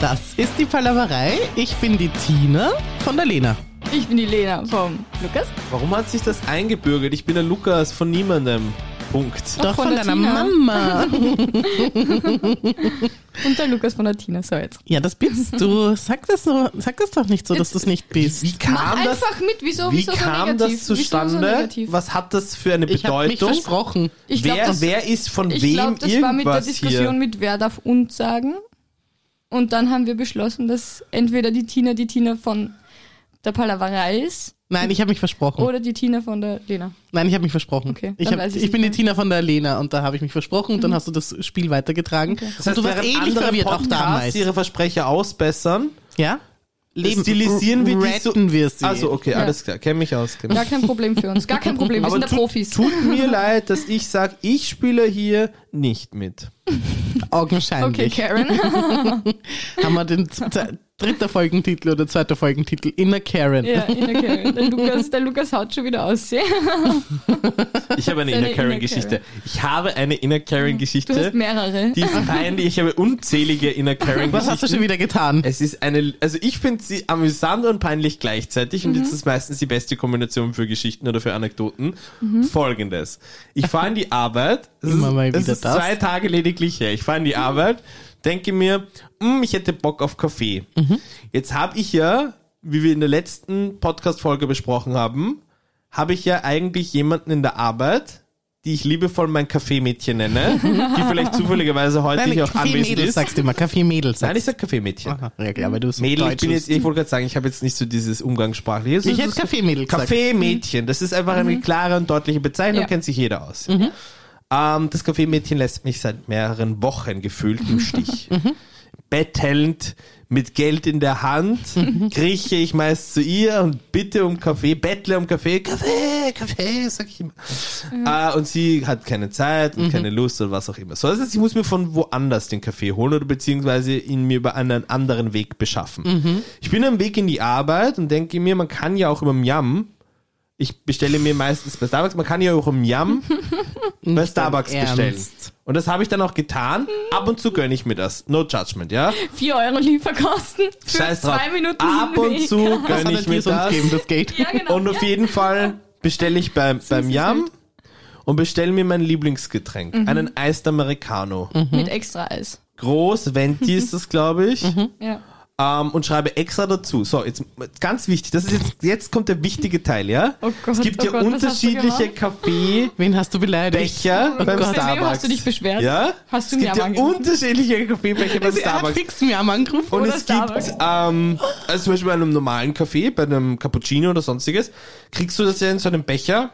Das ist die Palaverei. Ich bin die Tina von der Lena. Ich bin die Lena vom Lukas. Warum hat sich das eingebürgert? Ich bin der Lukas von niemandem. Punkt. Doch, von von der deiner Tina. Mama. Und der Lukas von der Tina. So jetzt. Ja, das bist du. Sag das, so, sag das doch nicht so, dass du es nicht bist. Wie Mach kam das, einfach mit. Wieso, wie wieso kam so das negativ? Wieso so zustande? negativ? Was hat das für eine Ich habe mich Bedeutung? versprochen. Ich glaube, wer, das, wer ist von ich wem glaub, das irgendwas war mit der Diskussion hier? mit Wer darf uns sagen. Und dann haben wir beschlossen, dass entweder die Tina die Tina von der Palaverei ist Nein, ich habe mich versprochen. oder die Tina von der Lena. Nein, ich habe mich versprochen. Oh. Okay, ich, dann hab, weiß ich, ich's bin nicht Mhm. die Tina von der Lena und da habe ich mich versprochen und dann hast du das Spiel weitergetragen. Das und heißt, du warst während ähnlich andere verwirrt auch Podcasts damals. ihre Versprecher ausbessern, Ja? stilisieren wir die so. retten wir sie. Also okay, Ja. alles klar, kenne mich aus. Kenn mich. Gar kein Problem für uns. Gar kein Problem. Wir sind tut, da Profis. tut mir leid, dass ich sage, ich spiele hier nicht mit. okay, Augenscheinlich. Karen. Haben wir den z- z- dritter Folgentitel oder zweiter Folgentitel Inner Karen. ja, in der Karen. Der Lukas, der Lukas haut schon wieder aus. Ja. Ich habe eine Seine Inner Karen Geschichte. Ich habe eine Inner Karen Du hast Geschichte. mehrere. Die ist peinlich. Ich habe unzählige Inner Karen Was hast du Geschichten. schon wieder getan? Es ist eine, also ich finde sie amüsant und peinlich gleichzeitig Mhm. und jetzt ist meistens die beste Kombination für Geschichten oder für Anekdoten. Folgendes. Ich fahre in die Arbeit, es Mhm. Immer ist, mal es wieder ist das. Mhm. zwei Tage lediglich her. Ich fahre in die Arbeit, denke mir, "Hm, ich hätte Bock auf Kaffee. Mhm. Jetzt habe ich ja, wie wir in der letzten Podcast-Folge besprochen haben, habe ich ja eigentlich jemanden in der Arbeit, die ich liebevoll mein Kaffeemädchen nenne, die vielleicht zufälligerweise heute hier auch anwesend Kaffeemädel ist. sagst du immer. Kaffeemädel Nein, sagst ich sag Kaffeemädchen. Aha, Ja klar, weil du es Mädel, ich Deutsch bin jetzt, bist. ich wollte gerade sagen, ich habe jetzt nicht so dieses umgangssprachliche. Es Ich ist hätte so- Kaffeemädel gesagt. Mhm. Kaffeemädchen, das ist einfach eine klare und deutliche Bezeichnung, Ja. kennt sich jeder aus. Ähm, das Kaffeemädchen lässt mich seit mehreren Wochen gefühlt im Stich. Mhm. Bettelnd, mit Geld in der Hand, Mhm. krieche ich meist zu ihr und bitte um Kaffee, bettle um Kaffee, Kaffee, Kaffee, sag ich immer. Mhm. Äh, und sie hat keine Zeit und keine Lust und was auch immer. So, das heißt, ich muss mir von woanders den Kaffee holen oder beziehungsweise ihn mir über einen anderen Weg beschaffen. Mhm. Ich bin am Weg in die Arbeit und denke mir, man kann ja auch über Yam, ich bestelle mir meistens bei Starbucks, man kann ja auch im Yam bei Starbucks dein bestellen. Ernst. Und das habe ich dann auch getan. Ab und zu gönne ich mir das. No judgment, ja? 4 Euro Lieferkosten für Scheiß drauf. zwei Minuten Ab und Weg. zu Was hat gönne er ich dir mir sonst das. gegeben, das Geld? Ja, genau. Und auf jeden Fall bestelle ich beim, beim ist Yam und bestelle mir mein Lieblingsgetränk. Mhm. Einen Eist Americano. Mit extra Eis. Groß, Mhm. Venti ist das, glaube ich. Ja. Ähm, und schreibe extra dazu. So, jetzt ganz wichtig. Das ist jetzt, jetzt kommt der wichtige Teil, ja? Oh Gott, es gibt oh ja Gott, was hast du unterschiedliche gemacht? Kaffee. Wen hast du beleidigt? Becher beim Gott. Starbucks. Mit wem hast du dich beschwert? Ja? Hast du es mir gibt am ja Angebot? unterschiedliche Kaffeebecher beim Also er hat Starbucks. fix mir am angerufen. Und Oder es Starbucks. gibt, ähm, also zum Beispiel bei einem normalen Kaffee, bei einem Cappuccino oder sonstiges, kriegst du das ja in so einem Becher.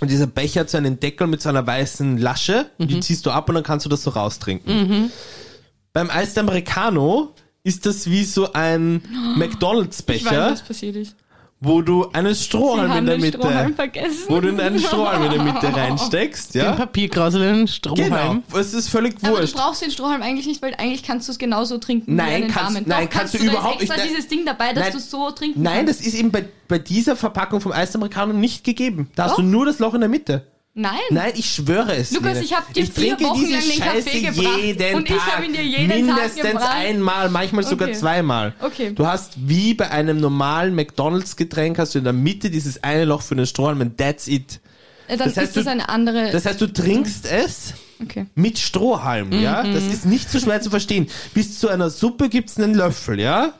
Und dieser Becher hat so einen Deckel mit so einer weißen Lasche. Und Mhm. die ziehst du ab und dann kannst du das so raustrinken. Beim Eis Americano ist das wie so ein Oh, Ich weiß, McDonalds-Becher, was passiert ist. wo du einen Sie Strohhalm in haben der den Mitte, Strohhalm vergessen. äh, wo du in einen Strohhalm in der Mitte reinsteckst, Den ja? Papierkrausel, Strohhalm. Genau. Es ist völlig Aber wurscht. du brauchst den Strohhalm eigentlich nicht, weil eigentlich kannst du es genauso trinken wie Nein, einen kannst- Ramen. nein, Doch, kannst du da ist überhaupt extra nicht. Nein. dieses Ding dabei, dass Nein. du es so trinken Nein, das kannst. ist eben bei, bei dieser Verpackung vom Eis Americano nicht gegeben. Da hast Doch. du nur das Loch in der Mitte. Nein. Nein, ich schwöre es. Lukas, Lene. ich hab dir vier trinke Wochen diese lang den Scheiße Kaffee gebracht jeden und ich Tag. hab ihn dir jeden Tag Mindestens gebracht. einmal, manchmal sogar Okay. zweimal. Okay. Du hast wie bei einem normalen McDonalds-Getränk hast du in der Mitte dieses eine Loch für den Strohhalm und that's it. Äh, Dann das heißt, ist das du- eine andere. Das heißt, du trinkst es okay. mit Strohhalm, ja? Mhm. Das ist nicht so schwer zu verstehen. Bis zu einer Suppe gibt's einen Löffel, ja?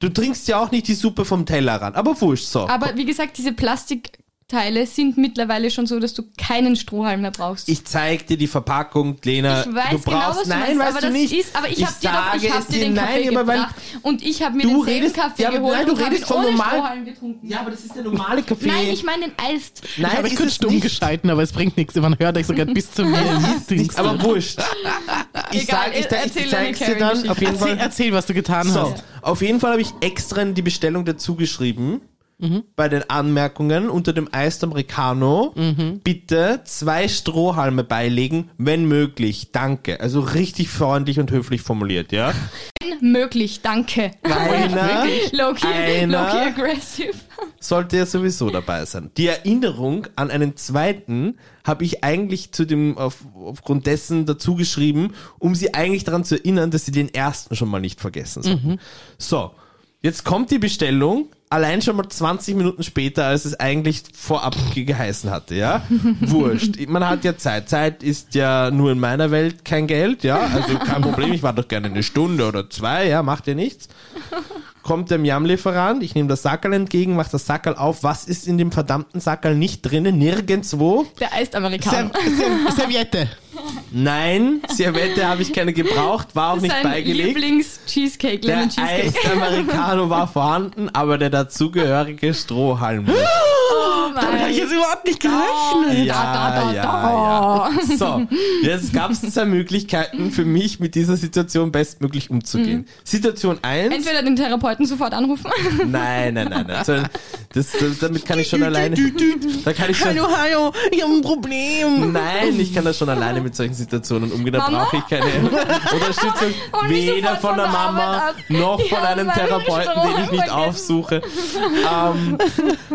Du trinkst ja auch nicht die Suppe vom Teller ran, aber wurscht, so. Aber wie gesagt, diese Plastikteile sind mittlerweile schon so, dass du keinen Strohhalm mehr brauchst. Ich zeig dir die Verpackung, Lena. Ich weiß du genau, brauchst, was du nein, meinst, weißt aber du das nicht. ist, aber ich, hab dir doch, sage ich hab es dir den Kaffee aber weil- gebracht und ich habe mir Du denselben redest- Kaffee ja, aber geholt nein, du und hab ihn redest vom ohne normalen- Strohhalm getrunken. Ja, aber das ist der normale Kaffee. Nein, ich meine den Eis. Ich nein habe ist kurz es stumm nicht. geschalten, aber es bringt nichts. Man hört euch sogar bis zu mir. Nicht, aber wurscht. Ich Egal, sage, ich, erzähl ich zeig's deine dir dann Carrie-Geschichte. auf jeden erzähl, Fall. erzähl, was du getan So, hast. auf jeden Fall habe ich extra in die Bestellung dazu geschrieben. Mhm. Bei den Anmerkungen unter dem Eis Americano Mhm. bitte zwei Strohhalme beilegen, wenn möglich. Danke. Also richtig freundlich und höflich formuliert, ja? Wenn möglich, danke. Einer, Loki, Einer- Loki aggressive. sollte ja sowieso dabei sein. Die Erinnerung an einen zweiten habe ich eigentlich zu dem, auf, aufgrund dessen dazu geschrieben, um sie eigentlich daran zu erinnern, dass sie den ersten schon mal nicht vergessen sollten. So, jetzt kommt die Bestellung, allein schon mal 20 Minuten später, als es eigentlich vorab ge- geheißen hatte, ja? Wurscht. Man hat ja Zeit. Zeit ist ja nur in meiner Welt kein Geld, ja? Also kein Problem, ich war doch gerne eine Stunde oder zwei, ja? Macht ja nichts kommt der Miam-Lieferant, ich nehme das Sackerl entgegen, mache das Sackerl auf. Was ist in dem verdammten Sackerl nicht drinnen? Nirgendwo? Der ist Amerikaner. Serv Serv Serviette. Nein, Servette habe ich keine gebraucht, war auch nicht Sein beigelegt. Lieblings-Cheesecake, der Lemon Eis Cheesecake. Americano war vorhanden, aber der dazugehörige Strohhalm. Oh mein jetzt überhaupt nicht gerechnet. da, da, ja, da. ja. So, jetzt gab es zwei Möglichkeiten für mich, mit dieser Situation bestmöglich umzugehen. Situation 1. Entweder den Therapeuten sofort anrufen. Nein, nein, nein, nein. So, Das, das, damit kann ich schon alleine. Da kann ich schon, Ohio, ich habe ein Hm. Problem. Nein, ich kann das schon alleine mit solchen Situationen umgehen. Da Mama? brauche ich keine Unterstützung. Hol mich Weder sofort von von der der Arbeit Mama ab. noch Ich von hab einem meinen Therapeuten, den ich nicht Strohhalm aufsuche. Ähm,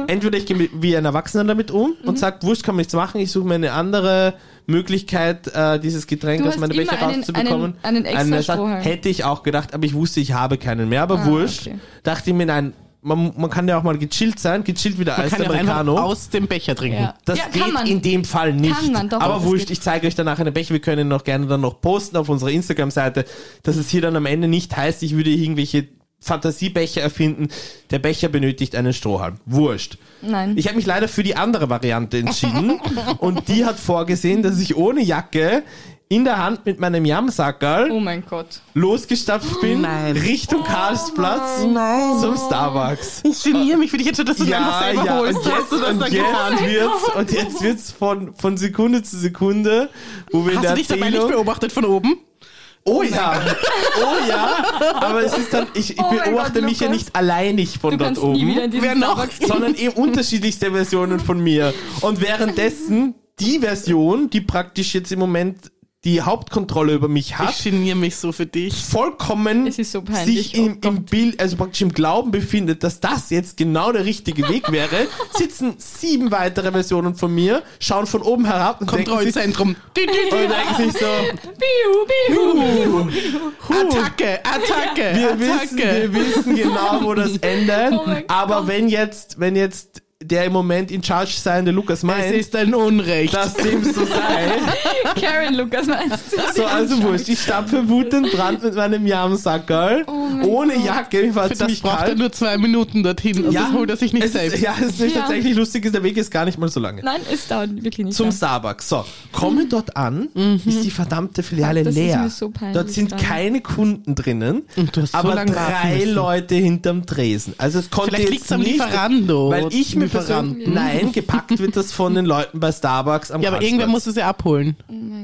entweder ich gehe mit- wie ein Erwachsener damit um Mhm. und sage, wurscht, kann man nichts machen. Ich suche mir eine andere Möglichkeit, äh, dieses Getränk Du aus hast meiner immer Becher einen- rauszubekommen. einen- einen extra Ersatz. Strohhalm. Hätte ich auch gedacht, aber ich wusste, ich habe keinen mehr. Aber Ah, wurscht. okay. Dachte ich mir, nein, man, man kann ja auch mal gechillt sein. Gechillt wie der Man Eis kann ja auch einfach Americano. aus dem Becher trinken. Ja. Das kann geht man. in dem Fall nicht. Kann man, doch, Aber das wurscht, geht. ich zeige euch danach einen Becher. Wir können ihn noch gerne dann noch posten auf unserer Instagram-Seite, dass es hier dann am Ende nicht heißt, ich würde irgendwelche Fantasiebecher erfinden. Der Becher benötigt einen Strohhalm. Wurscht. Nein. Ich habe mich leider für die andere Variante entschieden und die hat vorgesehen, dass ich ohne Jacke in der Hand mit meinem Jamsackerl Oh mein Gott. losgestapft bin Oh Nein. Oh Richtung Karlsplatz nein. zum Starbucks Ich geniere mich für dich jetzt schon, dass du ja, einfach selber ja. holst. und jetzt, hast du das und dann jetzt getan? wird's, und jetzt wird's von, von Sekunde zu Sekunde, wo wir in Hast der du dich dabei nicht Erzählung- beobachtet von oben? Oh ja, oh ja, aber es ist dann, ich, ich Oh mein beobachte Gott, mich ja Lukas. nicht alleinig von Du dort kannst nie wieder in oben, diesen Wer noch? Starbucks- sondern eben unterschiedlichste Versionen von mir. Und währenddessen die Version, die praktisch jetzt im Moment die Hauptkontrolle über mich hat, Ich geniere mich so für dich. vollkommen Es ist so peinlich, Oh sich im, im Bild, also praktisch im Glauben befindet, dass das jetzt genau der richtige Weg wäre, sitzen sieben weitere Versionen von mir, schauen von oben herab und denken sich, Kontrollzentrum. Dü, dü, und dü. denken sich so, Biu, biu. uh, Attacke, Attacke, wir wissen, Attacke. wir wissen genau, wo das endet, Oh mein aber Gott. wenn jetzt, wenn jetzt der im Moment in charge seiende Lukas Es meint, ist ein Unrecht. dass dem so sei, Karen Lukas meinst du? So, also wurscht. Ich stapfe wütend dran mit meinem Jamsackerl. Oh mein ohne Jacke. Ich war für das ziemlich braucht er kalt. nur zwei Minuten dorthin und das holt er sich nicht es selbst. Ist, ja, es ist nicht Ja. tatsächlich lustig, ist der Weg ist gar nicht mal so lange. Nein, es dauert wirklich nicht. Zum lang. Starbucks. So, komme dort an, ist die verdammte Filiale Mhm. Das ist leer. mir so peinlich dort sind gerade. keine Kunden drinnen, Und du hast so aber lange warten drei müssen. Leute hinterm Tresen. Also es konnte Vielleicht jetzt liegt's am nicht, Lieferando. Weil ich mir Lieferanten. persönlich, nein, gepackt wird das von den Leuten bei Starbucks am Ja, aber irgendwer Karlsplatz. muss es ja abholen.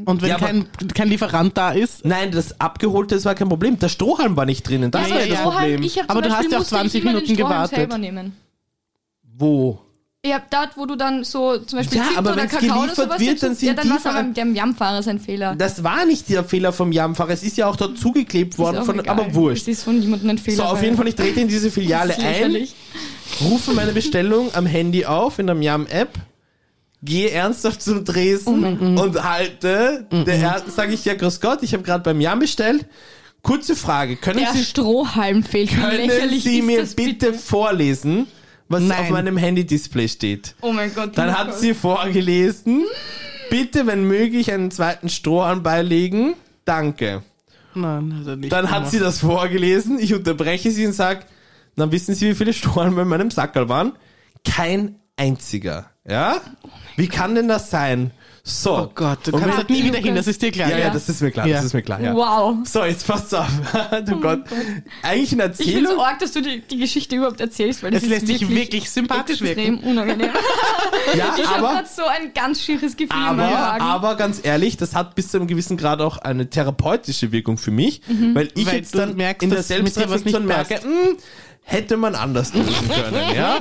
und wenn Ja, aber- kein, kein Lieferant da ist, Nein, das Abgeholte, das war kein Problem. Der Strohhalm war nicht drinnen. Das Ja, war ja, ja, das ja. Problem. Ich hab zum Aber du hast Beispiel ja auch musste 20 ich immer Minuten den Strohhalm gewartet. Selber nehmen. Wo? Ja, dort, wo du dann so zum Beispiel Ja, Zimt aber oder wenn's Kakao oder geliefert sowas wird, dazu- dann sind Ja, dann die war es aber ver- mit dem Jamfahrer sein Fehler. Das war nicht der Fehler vom Jamfach. Es ist ja auch dort zugeklebt Ist worden, auch von, egal. aber wurscht. Das ist von jemandem ein Fehler. So, auf jeden Fall, ich trete in diese Filiale ein, rufe meine Bestellung am Handy auf, in der Yam-App, gehe ernsthaft zum Mm, Tresen und halte, der sage ich, ja, grüß Gott, ich habe gerade beim Yam bestellt. Kurze Frage, können Der Sie Strohhalm fehlt. Wie Können lächerlich Sie ist mir das bitte, vorlesen, was Nein. auf meinem Handy-Display steht? Oh mein Gott. Dann hat sie vorgelesen, bitte, wenn möglich, einen zweiten Strohhalm beilegen. Danke. nein, hat er nicht. Dann hat gemacht. sie das vorgelesen, ich unterbreche sie und sage, dann wissen Sie, wie viele Strohhalme in meinem Sackerl waren? Kein einziger. Ja? Wie kann denn das sein? So. Oh Gott, du Und kannst wenn- halt nie wieder hin, das ist dir ja, klar. ja, das ist mir klar, Ja. das ist mir klar. Ja. Wow. Oh So, jetzt passt auf. du Gott. Eigentlich eine Ich finde Erzählung. es arg, dass du die, die Geschichte überhaupt erzählst, weil Es das lässt ist dich wirklich, wirklich sympathisch extrem wirken. unangenehm. ja, Ich habe aber gerade so ein ganz schieres Gefühl in meinem Aber, Magen. aber ganz ehrlich, das hat bis zu einem gewissen Grad auch eine therapeutische Wirkung für mich, weil Mhm. ich Weil jetzt du dann merkst, in der dass mit dir was nicht Selbstreflexion merke, passt. "Mh, hätte man anders lösen können, ja?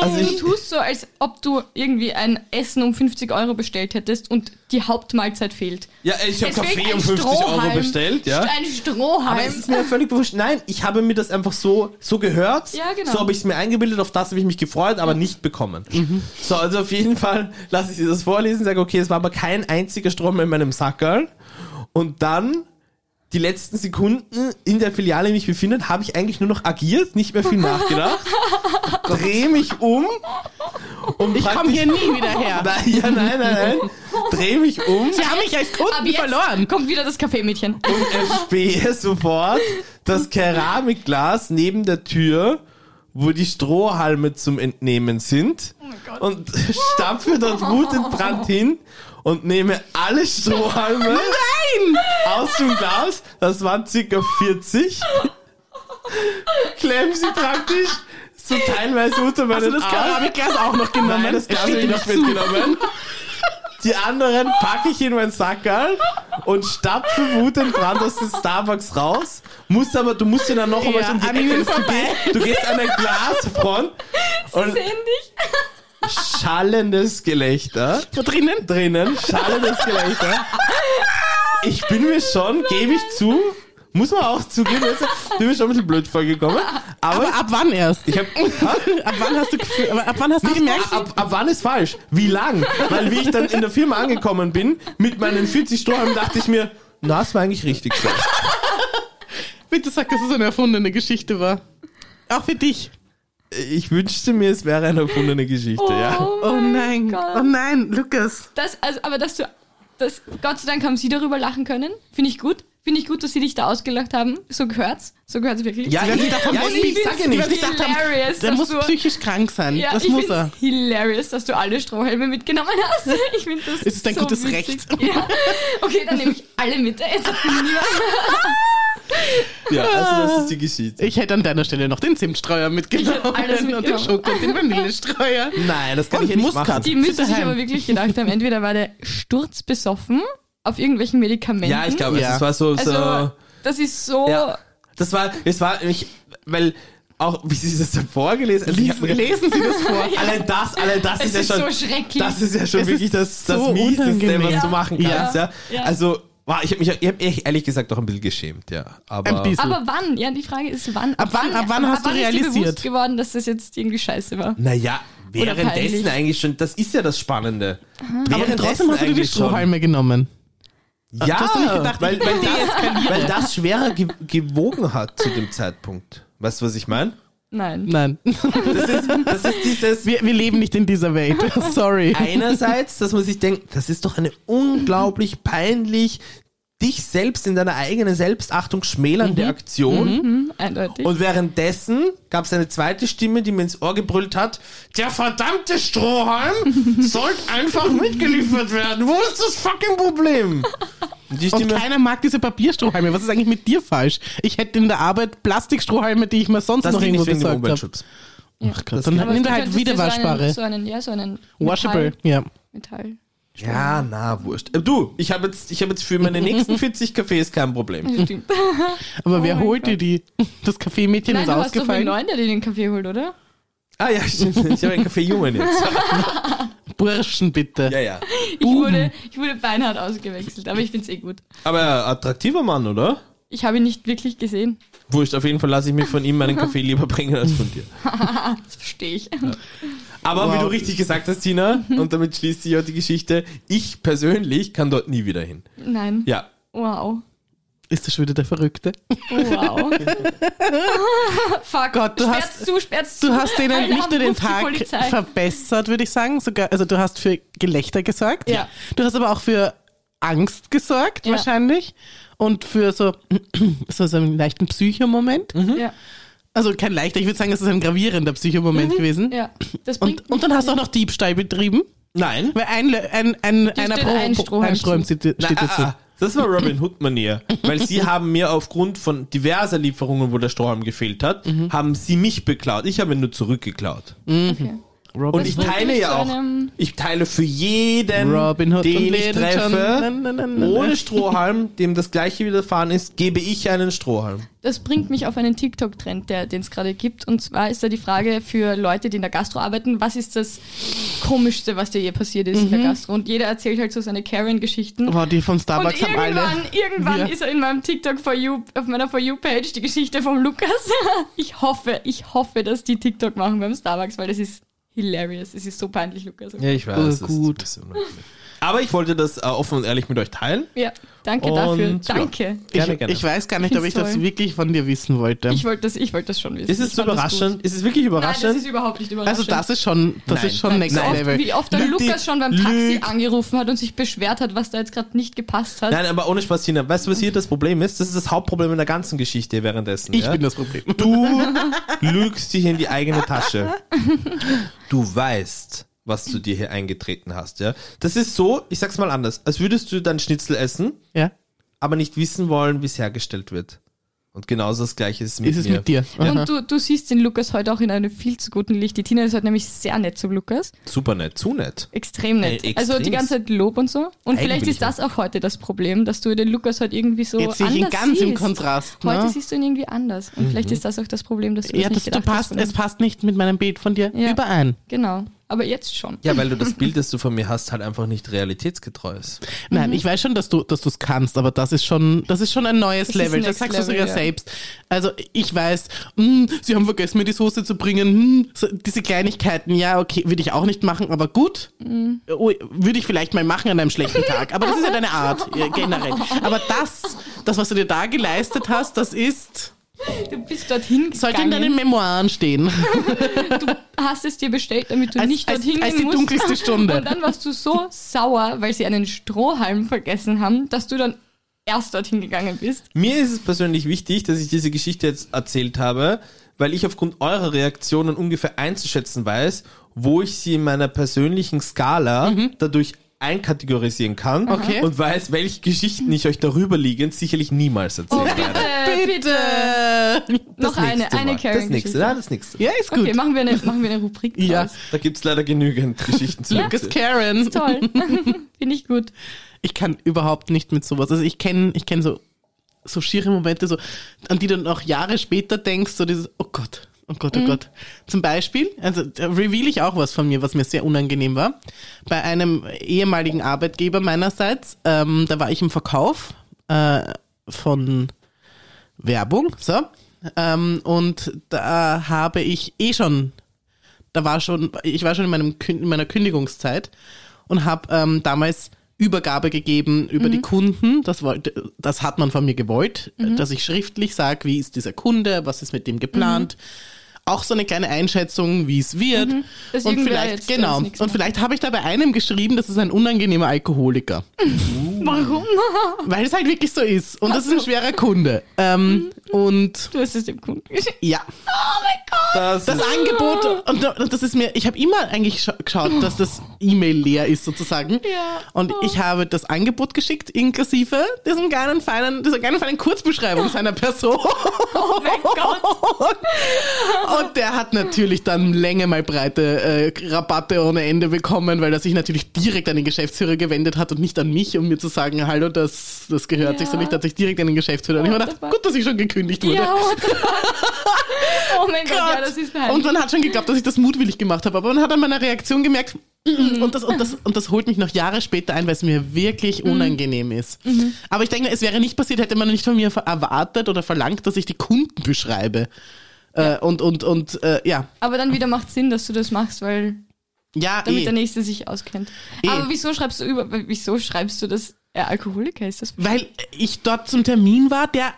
Also Du ich, tust so, als ob du irgendwie ein Essen um 50 Euro bestellt hättest und die Hauptmahlzeit fehlt. ja, ich habe Es fehlt Kaffee ein um 50 Euro Strohhalm. bestellt, ja? Ein Aber Strohhalm. es ist mir völlig bewusst. Nein, ich habe mir das einfach so, so gehört. Ja, genau. Mhm. So habe ich es mir eingebildet, auf das habe ich mich gefreut, aber nicht bekommen. So, also auf jeden Fall lasse ich sie das vorlesen, sage, okay, es war aber kein einziger Strom in meinem Sackerl. Und dann die letzten Sekunden in der Filiale mich befindet, habe ich eigentlich nur noch agiert, nicht mehr viel nachgedacht, drehe mich um und Ich komme hier nie wieder her. Nein, ja, nein, nein, nein. Drehe mich um Sie haben mich als Ab Kunden jetzt verloren. kommt wieder das Kaffeemädchen. und erspähe sofort das Keramikglas neben der Tür, wo die Strohhalme zum Entnehmen sind und stampfe dort wutentbrannt hin und nehme alle Strohhalme aus dem Glas, das waren circa 40, klemm sie praktisch so teilweise unter meinen Hast du das Arm. Keramikglas auch noch genommen? Nein, das Es Glas habe steht ich dir nicht zu. mitgenommen. Die anderen packe ich in mein Sackerl und stapfe wutentbrannt aus dem Starbucks raus. Musst aber, du musst ja dann noch einmal Ja, so um die an ihnen Ecke. Du vorbei. gehst, du gehst an der Glasfront und Sehen dich. schallendes Gelächter. Drinnen? Drinnen, schallendes Gelächter. Ich bin mir schon, gebe ich zu, muss man auch zugeben, ich bin mir schon ein bisschen blöd vorgekommen. Aber, Aber ab wann erst? ich habe... Ab wann hast du, gef- aber ab wann hast du gemerkt? Ab, ab wann ist falsch? Wie lang? Weil wie ich dann in der Firma angekommen bin, mit meinen 40 Strohhalmen, dachte ich mir, na, es war eigentlich richtig so. Bitte sag, dass es eine erfundene Geschichte war. Auch für dich. Ich wünschte mir, es wäre eine erfundene Geschichte, ja. Oh mein nein. Gott. Oh nein, Lukas. Das, also, aber dass du, das, Gott sei Dank haben sie darüber lachen können. Finde ich gut. Finde ich gut, dass sie dich da ausgelacht haben. So gehört's. So gehört's wirklich. Ja, Die werden ich- sich davon ja, ich- ausbilden. ich sag ja Die werden nicht. sich gedacht haben, Hilarious, Der dass muss du- psychisch krank sein. Ja, das ich muss find's er. hilarious, dass du alle Strohhalme mitgenommen hast. Ich finde das Es ist dein so gutes witzig. Recht. Ja. Okay, dann nehme ich alle mit. Jetzt hat niemand. Ja, also das ist die Geschichte. Ich hätte an deiner Stelle noch den Zimtstreuer mitgenommen. Ich hätte alles Und den mitgenommen. Schoko und den Vanillestreuer. Nein, das kann Und ich ja nicht Muskat. machen. Die müssen sich daheim. aber wirklich gedacht haben, entweder war der sturzbesoffen auf irgendwelchen Medikamenten. Ja, ich glaube, Ja. das war so... so Also, das ist so. ja. Das war, es war, ich, weil... Auch, wie sie das dann vorgelesen also ich hab mir gedacht, Lesen Sie das vor. Allein das, allein das Es ist, ja schon, so schrecklich. Das ist ja schon Es wirklich ist das, das so Mieseste, unangenehm. was du Ja. machen Ja. kannst. Ja. Ja. Also, wow, ich habe mich ich hab mich ehrlich gesagt auch ein bisschen geschämt, ja. Aber Ein bisschen. aber wann? Ja, die Frage ist, wann? Ab wann- ab wann hast du Ist dir realisiert? bewusst geworden, dass das jetzt irgendwie scheiße war? Naja, Oder währenddessen peinlich. eigentlich schon, das ist ja das Spannende. Aber trotzdem hast du dir die Strohhalme genommen. Schon, ja, Du hast doch nicht gedacht, weil, ich weil, das, weil das schwerer ge gewogen hat zu dem Zeitpunkt. Weißt du, was ich meine? Nein. Nein. Das ist, das ist dieses Wir, wir leben nicht in dieser Welt. Sorry. einerseits, dass man sich denkt, das ist doch eine unglaublich peinlich, dich selbst in deiner eigenen Selbstachtung schmälernde Mhm. Aktion. Hm, eindeutig. Und währenddessen gab es eine zweite Stimme, die mir ins Ohr gebrüllt hat: Der verdammte Strohhalm sollte einfach mitgeliefert werden. Wo ist das fucking Problem? Und die Und Stimme. keiner mag diese Papierstrohhalme. Was ist eigentlich mit dir falsch? Ich hätte in der Arbeit Plastikstrohhalme, die ich mir sonst das noch liegt irgendwo nicht wegen dem besorgt habe. Umweltschutz. Ach Gott, Das dann geht. halt- nimm du dir halt könntest dir wiederwaschbare. So einen, so einen, ja, so einen. Washable, Metall, ja. Metall. Ja, na, wurscht. Äh, Du, ich habe jetzt, ich hab jetzt für meine nächsten 40 Cafés kein Problem. Stimmt. Aber wer Oh mein holt dir Gott. die? Das Kaffeemädchen Nein, ist du hast doch einen ausgefallen. neuen, der dir den Kaffee holt, oder? Ah ja, stimmt. Ich habe einen Café Jungen jetzt. Burschen bitte. Ja, ja. Ich wurde, ich wurde beinhart ausgewechselt, aber ich find's eh gut. Aber attraktiver Mann, oder? Ich habe ihn nicht wirklich gesehen. Wurscht, auf jeden Fall lasse ich mir von ihm meinen Kaffee lieber bringen als von dir. Das verstehe ich. Aber wie Wow. du richtig gesagt hast, Tina, und damit schließt sich auch die Geschichte, ich persönlich kann dort nie wieder hin. Nein. Ja. Wow. Ist das schon wieder der Verrückte? Wow. Fuck. Gott, du sperrt's hast- zu, sperrt's Du zu. hast denen Alarm, nicht nur den ruft die Tag Polizei. verbessert, würde ich sagen. Sogar, also du hast für Gelächter gesorgt. Ja. Du hast aber auch für Angst gesorgt, Ja. wahrscheinlich. Und für so, so, so einen leichten Psychomoment. Ja, Also kein leichter, ich würde sagen, es ist ein gravierender Psychomoment gewesen. Mhm. ja. Das bringt Hm? Und, und dann hast du auch noch Diebstahl betrieben. Nein. Weil ein, Le- ein, ein, einer steht ein Strohhalm ein Strohhalm zu. steht, steht Na, dazu. ah, ah, das war Robin Hood-Manier. weil sie haben mir aufgrund von diverser Mhm. Mhm. Lieferungen, wo der Strohhalm gefehlt hat, haben sie mich beklaut. Ich habe ihn nur zurückgeklaut. Okay. Robin Und ich Hood. teile ja Zu auch. einem- Ich teile für jeden, Robin Hood den und ich Little John. Na, na, na, na, treffe, na. ohne Strohhalm, dem das gleiche widerfahren ist, gebe ich einen Strohhalm. Das bringt mich auf einen TikTok-Trend, den es gerade gibt. Und zwar ist da die Frage für Leute, die in der Gastro arbeiten, was ist das Komischste, was dir je passiert ist in Mhm. der Gastro? Und jeder erzählt halt so seine Karen-Geschichten. Boah, die von Und Starbucks haben alle. irgendwann, irgendwann wir- ist er in meinem TikTok for you, auf meiner For You-Page die Geschichte vom Lukas. Ich hoffe, ich hoffe, dass die TikTok machen beim Starbucks, weil das ist hilarious. Es ist so peinlich, Lukas. Ja, Ja, ich weiß. Oh, das ist gut. ein bisschen unangenehm. Aber ich wollte das äh, offen und ehrlich mit euch teilen. danke Und, dafür. ja. Danke. Gerne, ich, gerne. ich weiß gar nicht, Ich ob ich find's das toll. wirklich von dir wissen wollte. Ich wollte das, ich wollte das schon wissen. Ist Ich es so fand das überraschend? gut. Ist es wirklich Nein, das überraschend? ist überhaupt nicht überraschend. also das ist schon, das Nein. ist schon Next so oft, Level. Wie oft der Lügt die- Lukas schon beim Taxi lügt. angerufen hat und sich beschwert hat, was da jetzt gerade nicht gepasst hat. Nein, aber ohne Spaß, Tina. Weißt du, was hier das Problem ist? Das ist das Hauptproblem in der ganzen Geschichte währenddessen. Ich ja? bin das Problem. Du lügst dich in die eigene Tasche. Du weißt, was du dir hier eingetreten hast, ja. Das ist so, ich sag's mal anders, als würdest du dein Schnitzel essen, Ja? aber nicht wissen wollen, wie es hergestellt wird. Und genauso das gleiche ist mit Ist es mir. mit dir? Aha. Und du, du siehst den Lukas heute auch in einem viel zu guten Licht. Die Tina ist heute nämlich sehr nett zum Lukas. Super nett, zu nett. Extrem nett. Äh, extrem. also die ganze Zeit Lob und so. Und vielleicht Eigentlich, ist das auch heute das Problem, dass du den Lukas heute irgendwie so Jetzt sehe anders ich ihn ganz siehst. im Kontrast. Ne? Heute siehst du ihn irgendwie anders. Und vielleicht Mhm. ist das auch das Problem, dass du ja, das das, nicht du gedacht hast. passt, von es ihm. passt nicht mit meinem Bild von dir Ja. überein. Genau. Aber jetzt schon. Ja, weil du das Bild, das du von mir hast, halt einfach nicht realitätsgetreu ist. Nein, Mhm. ich weiß schon, dass du dass du es kannst, aber das ist schon das ist schon ein neues Das ist Level. Das Next sagst du Level, sogar ja. selbst. Also ich weiß, hm, sie haben vergessen, mir die Soße zu bringen. Hm, so, diese Kleinigkeiten, ja, okay, würde ich auch nicht machen, aber gut, Mhm. Ui, würde ich vielleicht mal machen an einem schlechten Tag. Aber das ist ja deine Art ja, generell. Aber das, das was du dir da geleistet hast, das ist Du bist dorthin sollte in deinen gegangen. Memoiren stehen. Hast es dir bestellt, damit du Als- nicht als- dorthin als die gehen musst. dunkelste Stunde. Und dann warst du so sauer, weil sie einen Strohhalm vergessen haben, dass du dann erst dorthin gegangen bist. Mir ist es persönlich wichtig, dass ich diese Geschichte jetzt erzählt habe, weil ich aufgrund eurer Reaktionen ungefähr einzuschätzen weiß, wo ich sie in meiner persönlichen Skala Mhm. dadurch einkategorisieren kann Okay. und weiß, welche Geschichten ich euch darüber liegend sicherlich niemals erzählen werde. Äh, Noch eine, nächste eine Mal. Das nächste, ja, Karen-Geschichte. das nächste. Ja, ist gut. Okay, machen wir eine, machen wir eine Rubrik draus. Ja. Da gibt's leider genügend Geschichten zu Lucas Lukas. Karen. Toll. Finde ich gut. ich kann überhaupt nicht mit sowas. Also ich kenne ich kenn so, so schiere Momente, so, an die du dann auch Jahre später denkst, so dieses, oh Gott, oh Gott, oh Gott. Zum Beispiel, also da reveal ich auch was von mir, was mir sehr unangenehm war. Bei einem ehemaligen Arbeitgeber meinerseits, ähm, da war ich im Verkauf äh, von Werbung, so. Ähm, und da habe ich eh schon, da war schon, ich war schon in, meinem, Kün- in meiner Kündigungszeit und habe ähm, damals Übergabe gegeben über Mhm. die Kunden. Das, wollte, das hat man von mir gewollt, dass ich schriftlich sage, wie ist dieser Kunde, was ist mit dem Mhm. geplant. Auch so eine kleine Einschätzung, wie es wird. Dass Und irgendwer vielleicht, Mhm. jetzt da genau. uns nichts Und macht. vielleicht habe ich da bei einem geschrieben, das ist ein unangenehmer Alkoholiker. Warum? Weil es halt wirklich so ist. Und das ist ein schwerer Kunde. Ähm, Mhm. und Du hast es dem Kunden geschickt. ja, Das, das Ah. ist- Angebot, und, und das ist mir, ich habe immer eigentlich scha- geschaut, dass das E-Mail leer ist sozusagen. Oh. Ja. Oh. Und ich habe das Angebot geschickt, inklusive diesem kleinen, feinen, dieser kleinen, feinen Kurzbeschreibung seiner Person. Oh mein Gott. Und der hat natürlich dann Länge mal breite äh, Rabatte ohne Ende bekommen, weil er sich natürlich direkt an den Geschäftsführer gewendet hat und nicht an mich, um mir zu sagen, hallo, das, das gehört Ja. sich so nicht, hat sich direkt an den Geschäftsführer. Und ich What habe the gedacht, fuck? gut, dass ich schon gekündigt wurde. Ja, what the fuck? Oh mein Gott, ja, Gott. das ist und peinlich. man hat schon geglaubt, dass ich das mutwillig gemacht habe, aber man hat an meiner Reaktion gemerkt, Mhm. mm, mm, und das, und, das, und das holt mich noch Jahre später ein, weil es mir wirklich Mhm. unangenehm ist. Aber ich denke, mir, es wäre nicht passiert, hätte man nicht von mir ver- erwartet oder verlangt, dass ich die Kunden beschreibe. Äh, und und, und äh, ja, Aber dann wieder macht Sinn, dass du das machst, weil ja, damit eh. der Nächste sich auskennt. Eh. Aber wieso schreibst du über, wieso schreibst du, dass er Alkoholiker ist? Das weil ich dort zum Termin war, der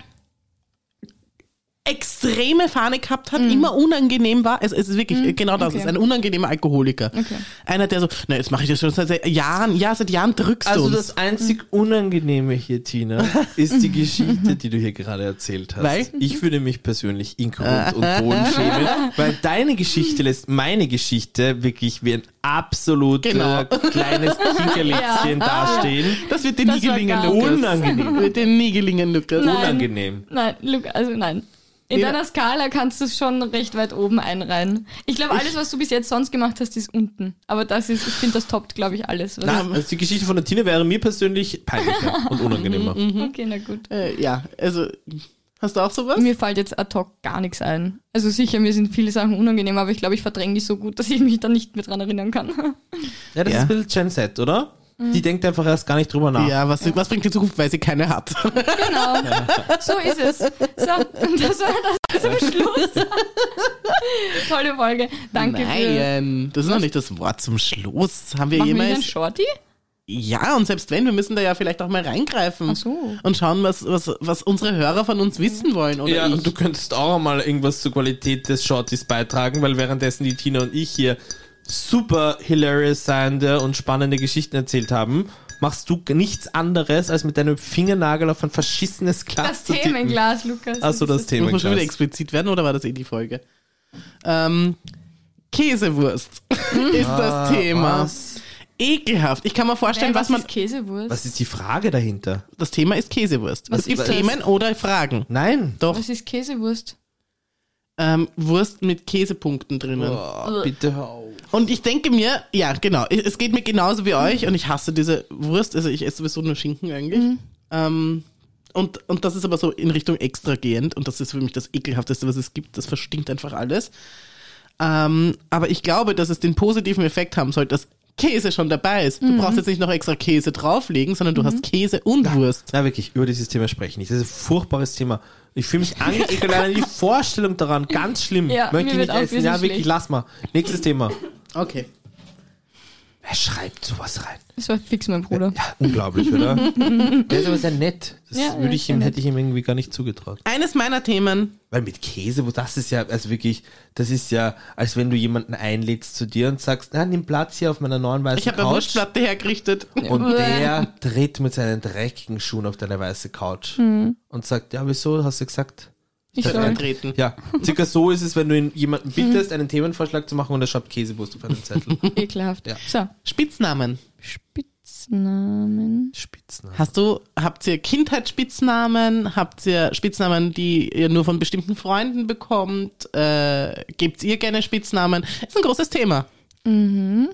extreme Fahne gehabt hat, immer unangenehm war. Es, es ist wirklich äh, genau das, Mhm. okay. es ist ein unangenehmer Alkoholiker. Okay. Einer, der so, na, jetzt mache ich das schon seit Jahren, ja, seit Jahren drückst du also uns. das einzig Unangenehme hier, Tina, ist die Geschichte, die du hier gerade erzählt hast. Weil? Ich würde mich persönlich inkorrekt und Boden schämen, weil deine Geschichte lässt meine Geschichte wirklich wie ein absolut Genau. äh, kleines Kinkerlitzchen dastehen. Das wird dir nie Das war gelingen, gar Lukas. Unangenehm. Wird dir nie gelingen, Lukas. Nein. Unangenehm. nein, Luke, also nein. In Ja. deiner Skala kannst du es schon recht weit oben einreihen. Ich glaube, alles, was du bis jetzt sonst gemacht hast, ist unten. Aber das ist, ich finde, das toppt, glaube ich, alles. Was Na, also die Geschichte von der Tine wäre mir persönlich peinlicher und unangenehmer. Mhm, okay, na gut. Äh, ja, also hast du auch sowas? Mir fällt jetzt ad hoc gar nichts ein. Also sicher, mir sind viele Sachen unangenehm, aber ich glaube, ich verdränge die so gut, dass ich mich da nicht mehr dran erinnern kann. Ja, das Ja. ist ein bisschen Gen Z, oder? Die denkt einfach erst gar nicht drüber nach. Ja, was, was bringt die Zukunft, weil sie keine hat? Genau. So ist es. So, und das war das zum Schluss. Tolle Folge. Danke für. Nein, das ist noch nicht das Wort zum Schluss. Haben wir Machen wir einen jemals. Shorty? Ja, und selbst wenn, wir müssen da ja vielleicht auch mal reingreifen. Ach so. Und schauen, was, was, was unsere Hörer von uns wissen wollen. Oder Ja, ich. und du könntest auch mal irgendwas zur Qualität des Shorties beitragen, weil währenddessen die Tina und ich hier super hilarious seiende und spannende Geschichten erzählt haben, machst du nichts anderes, als mit deinem Fingernagel auf ein verschissenes Glas Das zu tippen. Themenglas, Lukas. Ach so, das Muss man schon wieder Themenglas. explizit werden oder war das eh die Folge? Ähm, Käsewurst ist das Thema. Ah, was? Ekelhaft. Ich kann mir vorstellen, Nein, was, man. Ist Käsewurst? Was ist die Frage dahinter? Das Thema ist Käsewurst. Was es gibt ist das? Themen oder Fragen. Nein. Doch, Was ist Käsewurst? ähm, Wurst mit Käsepunkten drinnen. Also- Oh, bitte hör auf. Und ich denke mir, ja, genau, ich- es geht mir genauso wie euch und ich hasse diese Wurst, also ich esse sowieso nur Schinken eigentlich. Ähm, und, und das ist aber so in Richtung extra gehend und das ist für mich das ekelhafteste, was es gibt. Das verstinkt einfach alles. Ähm, aber ich glaube, dass es den positiven Effekt haben soll, dass Käse schon dabei ist. Du brauchst jetzt nicht noch extra Käse drauflegen, sondern du hast Käse und Wurst. Na wirklich, über dieses Thema spreche ich nicht. Das ist ein furchtbares Thema. Ich fühle mich angeekelt, allein die Vorstellung daran, ganz schlimm. Ja, mir Möchte ich wird nicht auch essen. Ja, wesentlich wirklich, schlecht. lass mal. Nächstes Thema. Okay. Wer schreibt sowas rein? Das war fix mein Bruder. Ja, unglaublich, oder? Der ist aber sehr nett. Das Ja, ja, würde ich sehr ihm, nett. hätte ich ihm irgendwie gar nicht zugetraut. Eines meiner Themen, Weil mit Käse, wo das ist ja, also wirklich, das ist ja, als wenn du jemanden einlädst zu dir und sagst, na, nimm Platz hier auf meiner neuen weißen ich habe eine Couch. Wurstplatte hergerichtet. Und der dreht mit seinen dreckigen Schuhen auf deine weiße Couch Hm. und sagt, ja, wieso hast du gesagt? Ich soll. Eintreten. Ja, circa so ist es, wenn du ihn- Hm. jemanden bittest, einen Themenvorschlag zu machen und er schreibt Käsewurst auf einen Zettel. Ekelhaft. Ja. So, Spitznamen. Spitznamen. Spitznamen. Hast du, habt ihr Kindheitsspitznamen? Habt ihr Spitznamen, die ihr nur von bestimmten Freunden bekommt? Äh, gebt ihr gerne Spitznamen? Ist ein großes Thema. Mhm.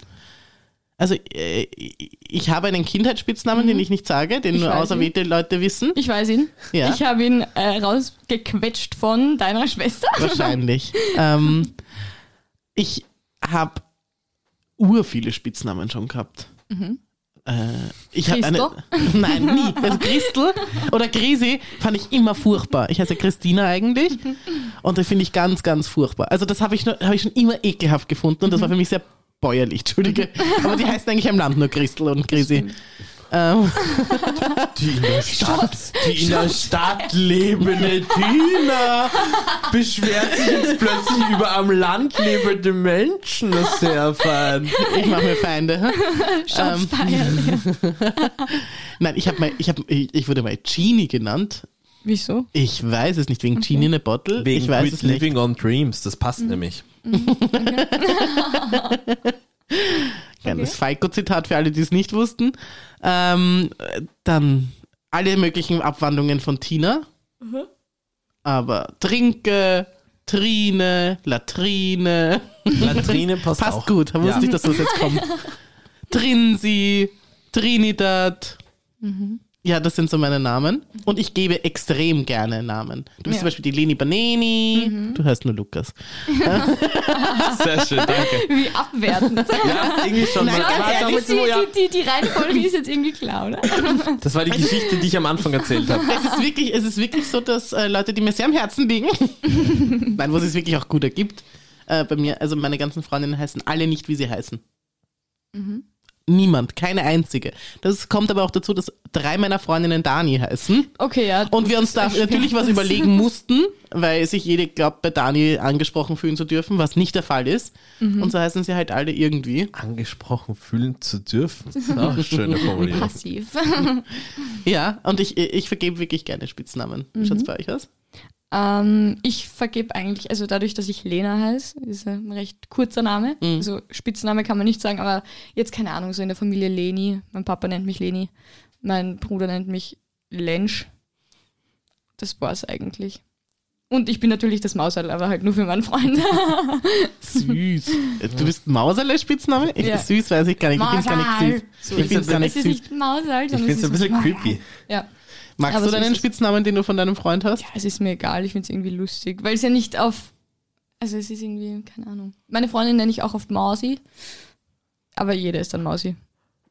Also äh, ich habe einen Kindheitsspitznamen, den ich nicht sage, den Mhm. Ich nur weiß auserwählte Leute wissen. Ich weiß ihn. Ja. Ich habe ihn äh, rausgequetscht von deiner Schwester. Wahrscheinlich. ähm, ich habe ur viele Spitznamen schon gehabt. Äh, ich habe eine. Nein, nie. Also Christel oder Grisi fand ich immer furchtbar. Ich heiße Christina eigentlich und das finde ich ganz, ganz furchtbar. Also das habe ich, noch- hab ich schon immer ekelhaft gefunden und das war für mich sehr bäuerlich, entschuldige. Aber die heißen eigentlich am Land nur Christel und Grisi. Ähm, Die in der Stadt, die in der Stadt lebende Tina beschwert sich jetzt plötzlich über am Land lebende Menschen. Das ist sehr erfahren. ich mache mir Feinde. Ähm. Shots fired. Nein, ich, hab mal, ich, hab, ich, ich wurde mal Genie genannt. Wieso? Ich weiß es nicht, wegen Genie in a Bottle. ich weiß Quit es nicht. Living on Dreams, das passt nämlich. Kleines Falco-Zitat für alle, die es nicht wussten. Ähm, äh, dann alle möglichen Abwandlungen von Tina. Aber Trinke, Trine, Latrine. Latrine passt, Passt auch. gut, wusste Ja. ich, dass das jetzt kommt. Trinsi, Trinidad. Ja, das sind so meine Namen. Und ich gebe extrem gerne Namen. Du bist Ja. zum Beispiel die Leni Baneni. Du heißt nur Lukas. Sehr schön, danke. Wie abwertend. Ja, irgendwie schon. Nein, Man- ganz man hat Die, damit so, ja, die, die, die Reihenfolge ist jetzt irgendwie klar, oder? Das war die Also- Geschichte, die ich am Anfang erzählt habe. Es ist wirklich, es ist wirklich so, dass äh, Leute, die mir sehr am Herzen liegen, nein, wo es sich wirklich auch gut ergibt, äh, bei mir, also meine ganzen Freundinnen heißen alle nicht, wie sie heißen. Niemand, keine einzige. Das kommt aber auch dazu, dass drei meiner Freundinnen Dani heißen Okay, ja. und wir uns da erschwert natürlich was das. überlegen mussten, weil sich jede glaubt, bei Dani angesprochen fühlen zu dürfen, was nicht der Fall ist. Und so heißen sie halt alle irgendwie. Angesprochen fühlen zu dürfen. Auch schöne Formulierung. Passiv. Ja, und ich, ich vergebe wirklich gerne Spitznamen. Wie schaut's bei euch aus? Ähm, ich vergebe eigentlich, also dadurch, dass ich Lena heiße, ist ein recht kurzer Name. Mhm. Also Spitzname kann man nicht sagen, aber jetzt keine Ahnung, so in der Familie Leni. Mein Papa nennt mich Leni, mein Bruder nennt mich Lensch. Das war's eigentlich. Und ich bin natürlich das Mauserl, aber halt nur für meinen Freund. Süß. Äh, Du bist Mauserle-Spitzname? Ich- Ja. Süß weiß ich gar nicht. Ich find's gar nicht süß. Ich find's gar es nicht ist süß. nicht Mauserl, Ich sondern finde es es ein ist bisschen Mauserl. creepy. Ja. Magst Aber du so deinen ist es. Spitznamen, den du von deinem Freund hast? ja, es ist mir egal, ich finde es irgendwie lustig, weil es ja nicht auf. Also, es ist irgendwie, keine Ahnung. Meine Freundin nenne ich auch oft Mausi, aber jeder ist dann Mausi.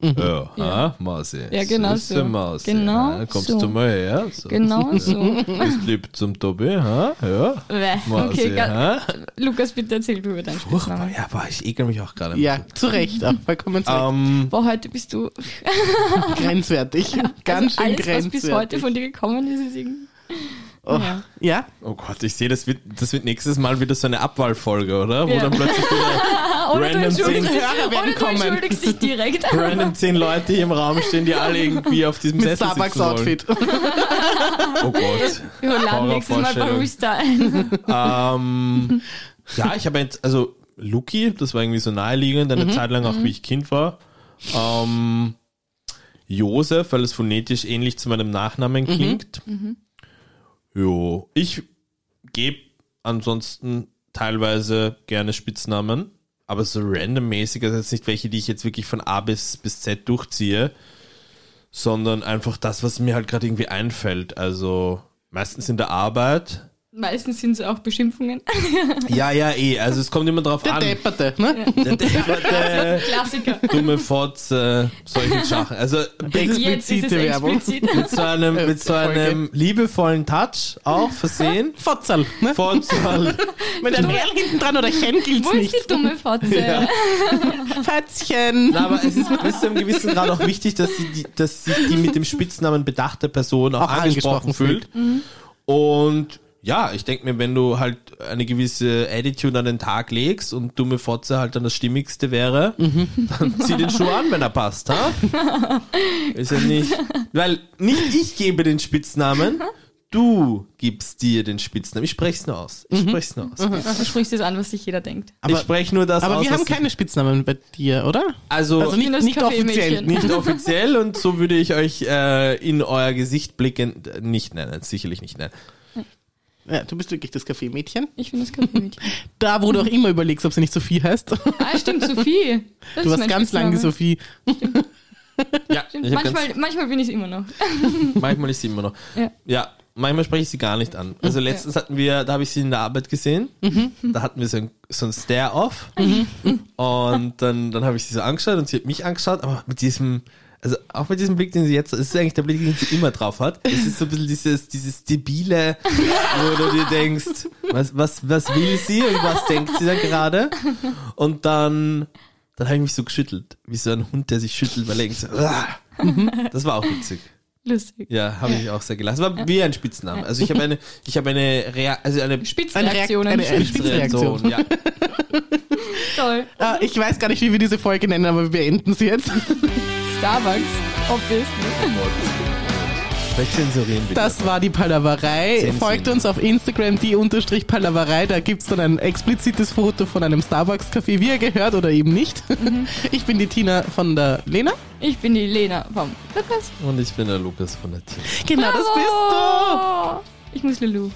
Ja, ha, Mausi. Ja, genau Süße so. Mausi. Genau ha? Kommst so. du mal her? So. Genau so. Bist lieb zum Tobi, ha? Ja. Bäh. Mausi, okay, ga- ha? Lukas, bitte erzähl du über deinen Furchtbar. Spitznamen. Ja, boah, ich ekel mich auch gerade. ein Ja, zu Recht. Auch vollkommen zu Recht. Ähm, Boah, heute bist du. Ah. Grenzwertig. Ganz also schön alles, was grenzwertig. bis heute von dir gekommen ist, ist irgendwie. oh. Ja. Ja? oh Gott, ich sehe, das wird, das wird nächstes Mal wieder so eine Abwahlfolge, oder? Wo Ja. dann plötzlich wieder Ah, oder Random du entschuldigst Dinge. dich, Hörer werden oder du kommen. entschuldigst dich direkt. random zehn Leute hier im Raum stehen, die alle irgendwie auf diesem Mit Sessel sitzen Starbucks-Outfit. Wollen. Oh Gott. Wir laden nächstes Mal Horrorvorstellung. Barista ein. ähm, ja, ich habe jetzt, also Luki, das war irgendwie so naheliegend, eine Zeit lang auch, wie ich Kind war. Ähm, Josef, weil es phonetisch ähnlich zu meinem Nachnamen klingt. Jo, ich gebe ansonsten teilweise gerne Spitznamen, aber so randommäßig, also jetzt nicht welche, die ich jetzt wirklich von A bis, bis Z durchziehe, sondern einfach das, was mir halt gerade irgendwie einfällt. Also meistens in der Arbeit, Meistens sind es auch Beschimpfungen. ja, ja, eh. Also es kommt immer drauf Der an. Depperte, ne? Der Depperte, Klassiker. dumme Fotze, solche Sachen. Also mit, Jetzt ist es Explizite Werbung. explizit. mit so einem, mit so Folge. einem liebevollen Touch auch versehen. Fotzerl, ne? Fotze. Mit einem L hinten dran oder Chen gilt's Wo ist nicht. die dumme Fotze? Ja. Fätzchen. Na, aber es ist bis zu einem gewissen Grad auch wichtig, dass, sie die, dass sich die mit dem Spitznamen bedachte Person auch, Auch angesprochen, angesprochen fühlt. Und ja, ich denke mir, wenn du halt eine gewisse Attitude an den Tag legst und dumme Fotze halt dann das Stimmigste wäre, dann zieh den Schuh an, wenn er passt, ha? Ist ja nicht. Weil nicht ich gebe den Spitznamen, du gibst dir den Spitznamen. Ich sprech's nur aus. Mhm. Ich sprech's nur aus. Du sprichst das an, was sich jeder denkt. Aber- ich sprech nur das Aber aus. wir haben was ich- keine Spitznamen bei dir, oder? Also, Also nicht, das nicht offiziell. Kaffeemädchen. Nicht. nicht offiziell und so würde ich euch äh, in euer Gesicht blickend äh, nicht nennen, sicherlich nicht nennen. Ja, du bist wirklich das Kaffeemädchen. Ich bin das Kaffeemädchen. Da, wo du auch immer überlegst, ob sie nicht Sophie heißt. Du Ah, stimmt, Sophie. Das ist warst mein ganz lange die Spitzname. Sophie. Ja, ich hab Manchmal, manchmal bin ich es immer noch. ganz, manchmal ist sie immer noch. Ja. Ja, manchmal spreche ich sie gar nicht an. Also letztens hatten wir, da habe ich sie in der Arbeit gesehen, da hatten wir so ein, so ein Stare-Off und dann, dann habe ich sie so angeschaut und sie hat mich angeschaut, aber mit diesem, also auch mit diesem Blick, den sie jetzt, es ist eigentlich der Blick, den sie immer drauf hat, es ist so ein bisschen dieses, dieses debile, wo du dir denkst, was, was, was will sie und was denkt sie da gerade und dann, dann habe ich mich so geschüttelt, wie so ein Hund, der sich schüttelt, weil er denkt so, "Ah." das war auch witzig. Lustig. Ja, habe ich auch sehr gelassen. Es war wie ein Spitzname. Also ich habe eine, ich habe eine, Rea also eine Spitzreaktionen. Eine Reakt- eine- Spitzenreaktion. Ja. Toll. Ah, ich weiß gar nicht, wie wir diese Folge nennen, aber wir beenden sie jetzt. Starbucks. Obviously. Vielleicht zensurieren wir Das die. war die Palaverei. Zehn Folgt Sinn. uns auf Instagram, die unterstrich Palaverei. Da gibt's dann ein explizites Foto von einem Starbucks-Café, wie ihr gehört oder eben nicht. Ich bin die Tina von der Lena. Ich bin die Lena vom Lukas. Und ich bin der Lukas von der Team. Genau, das bist du. Ich muss Lulu.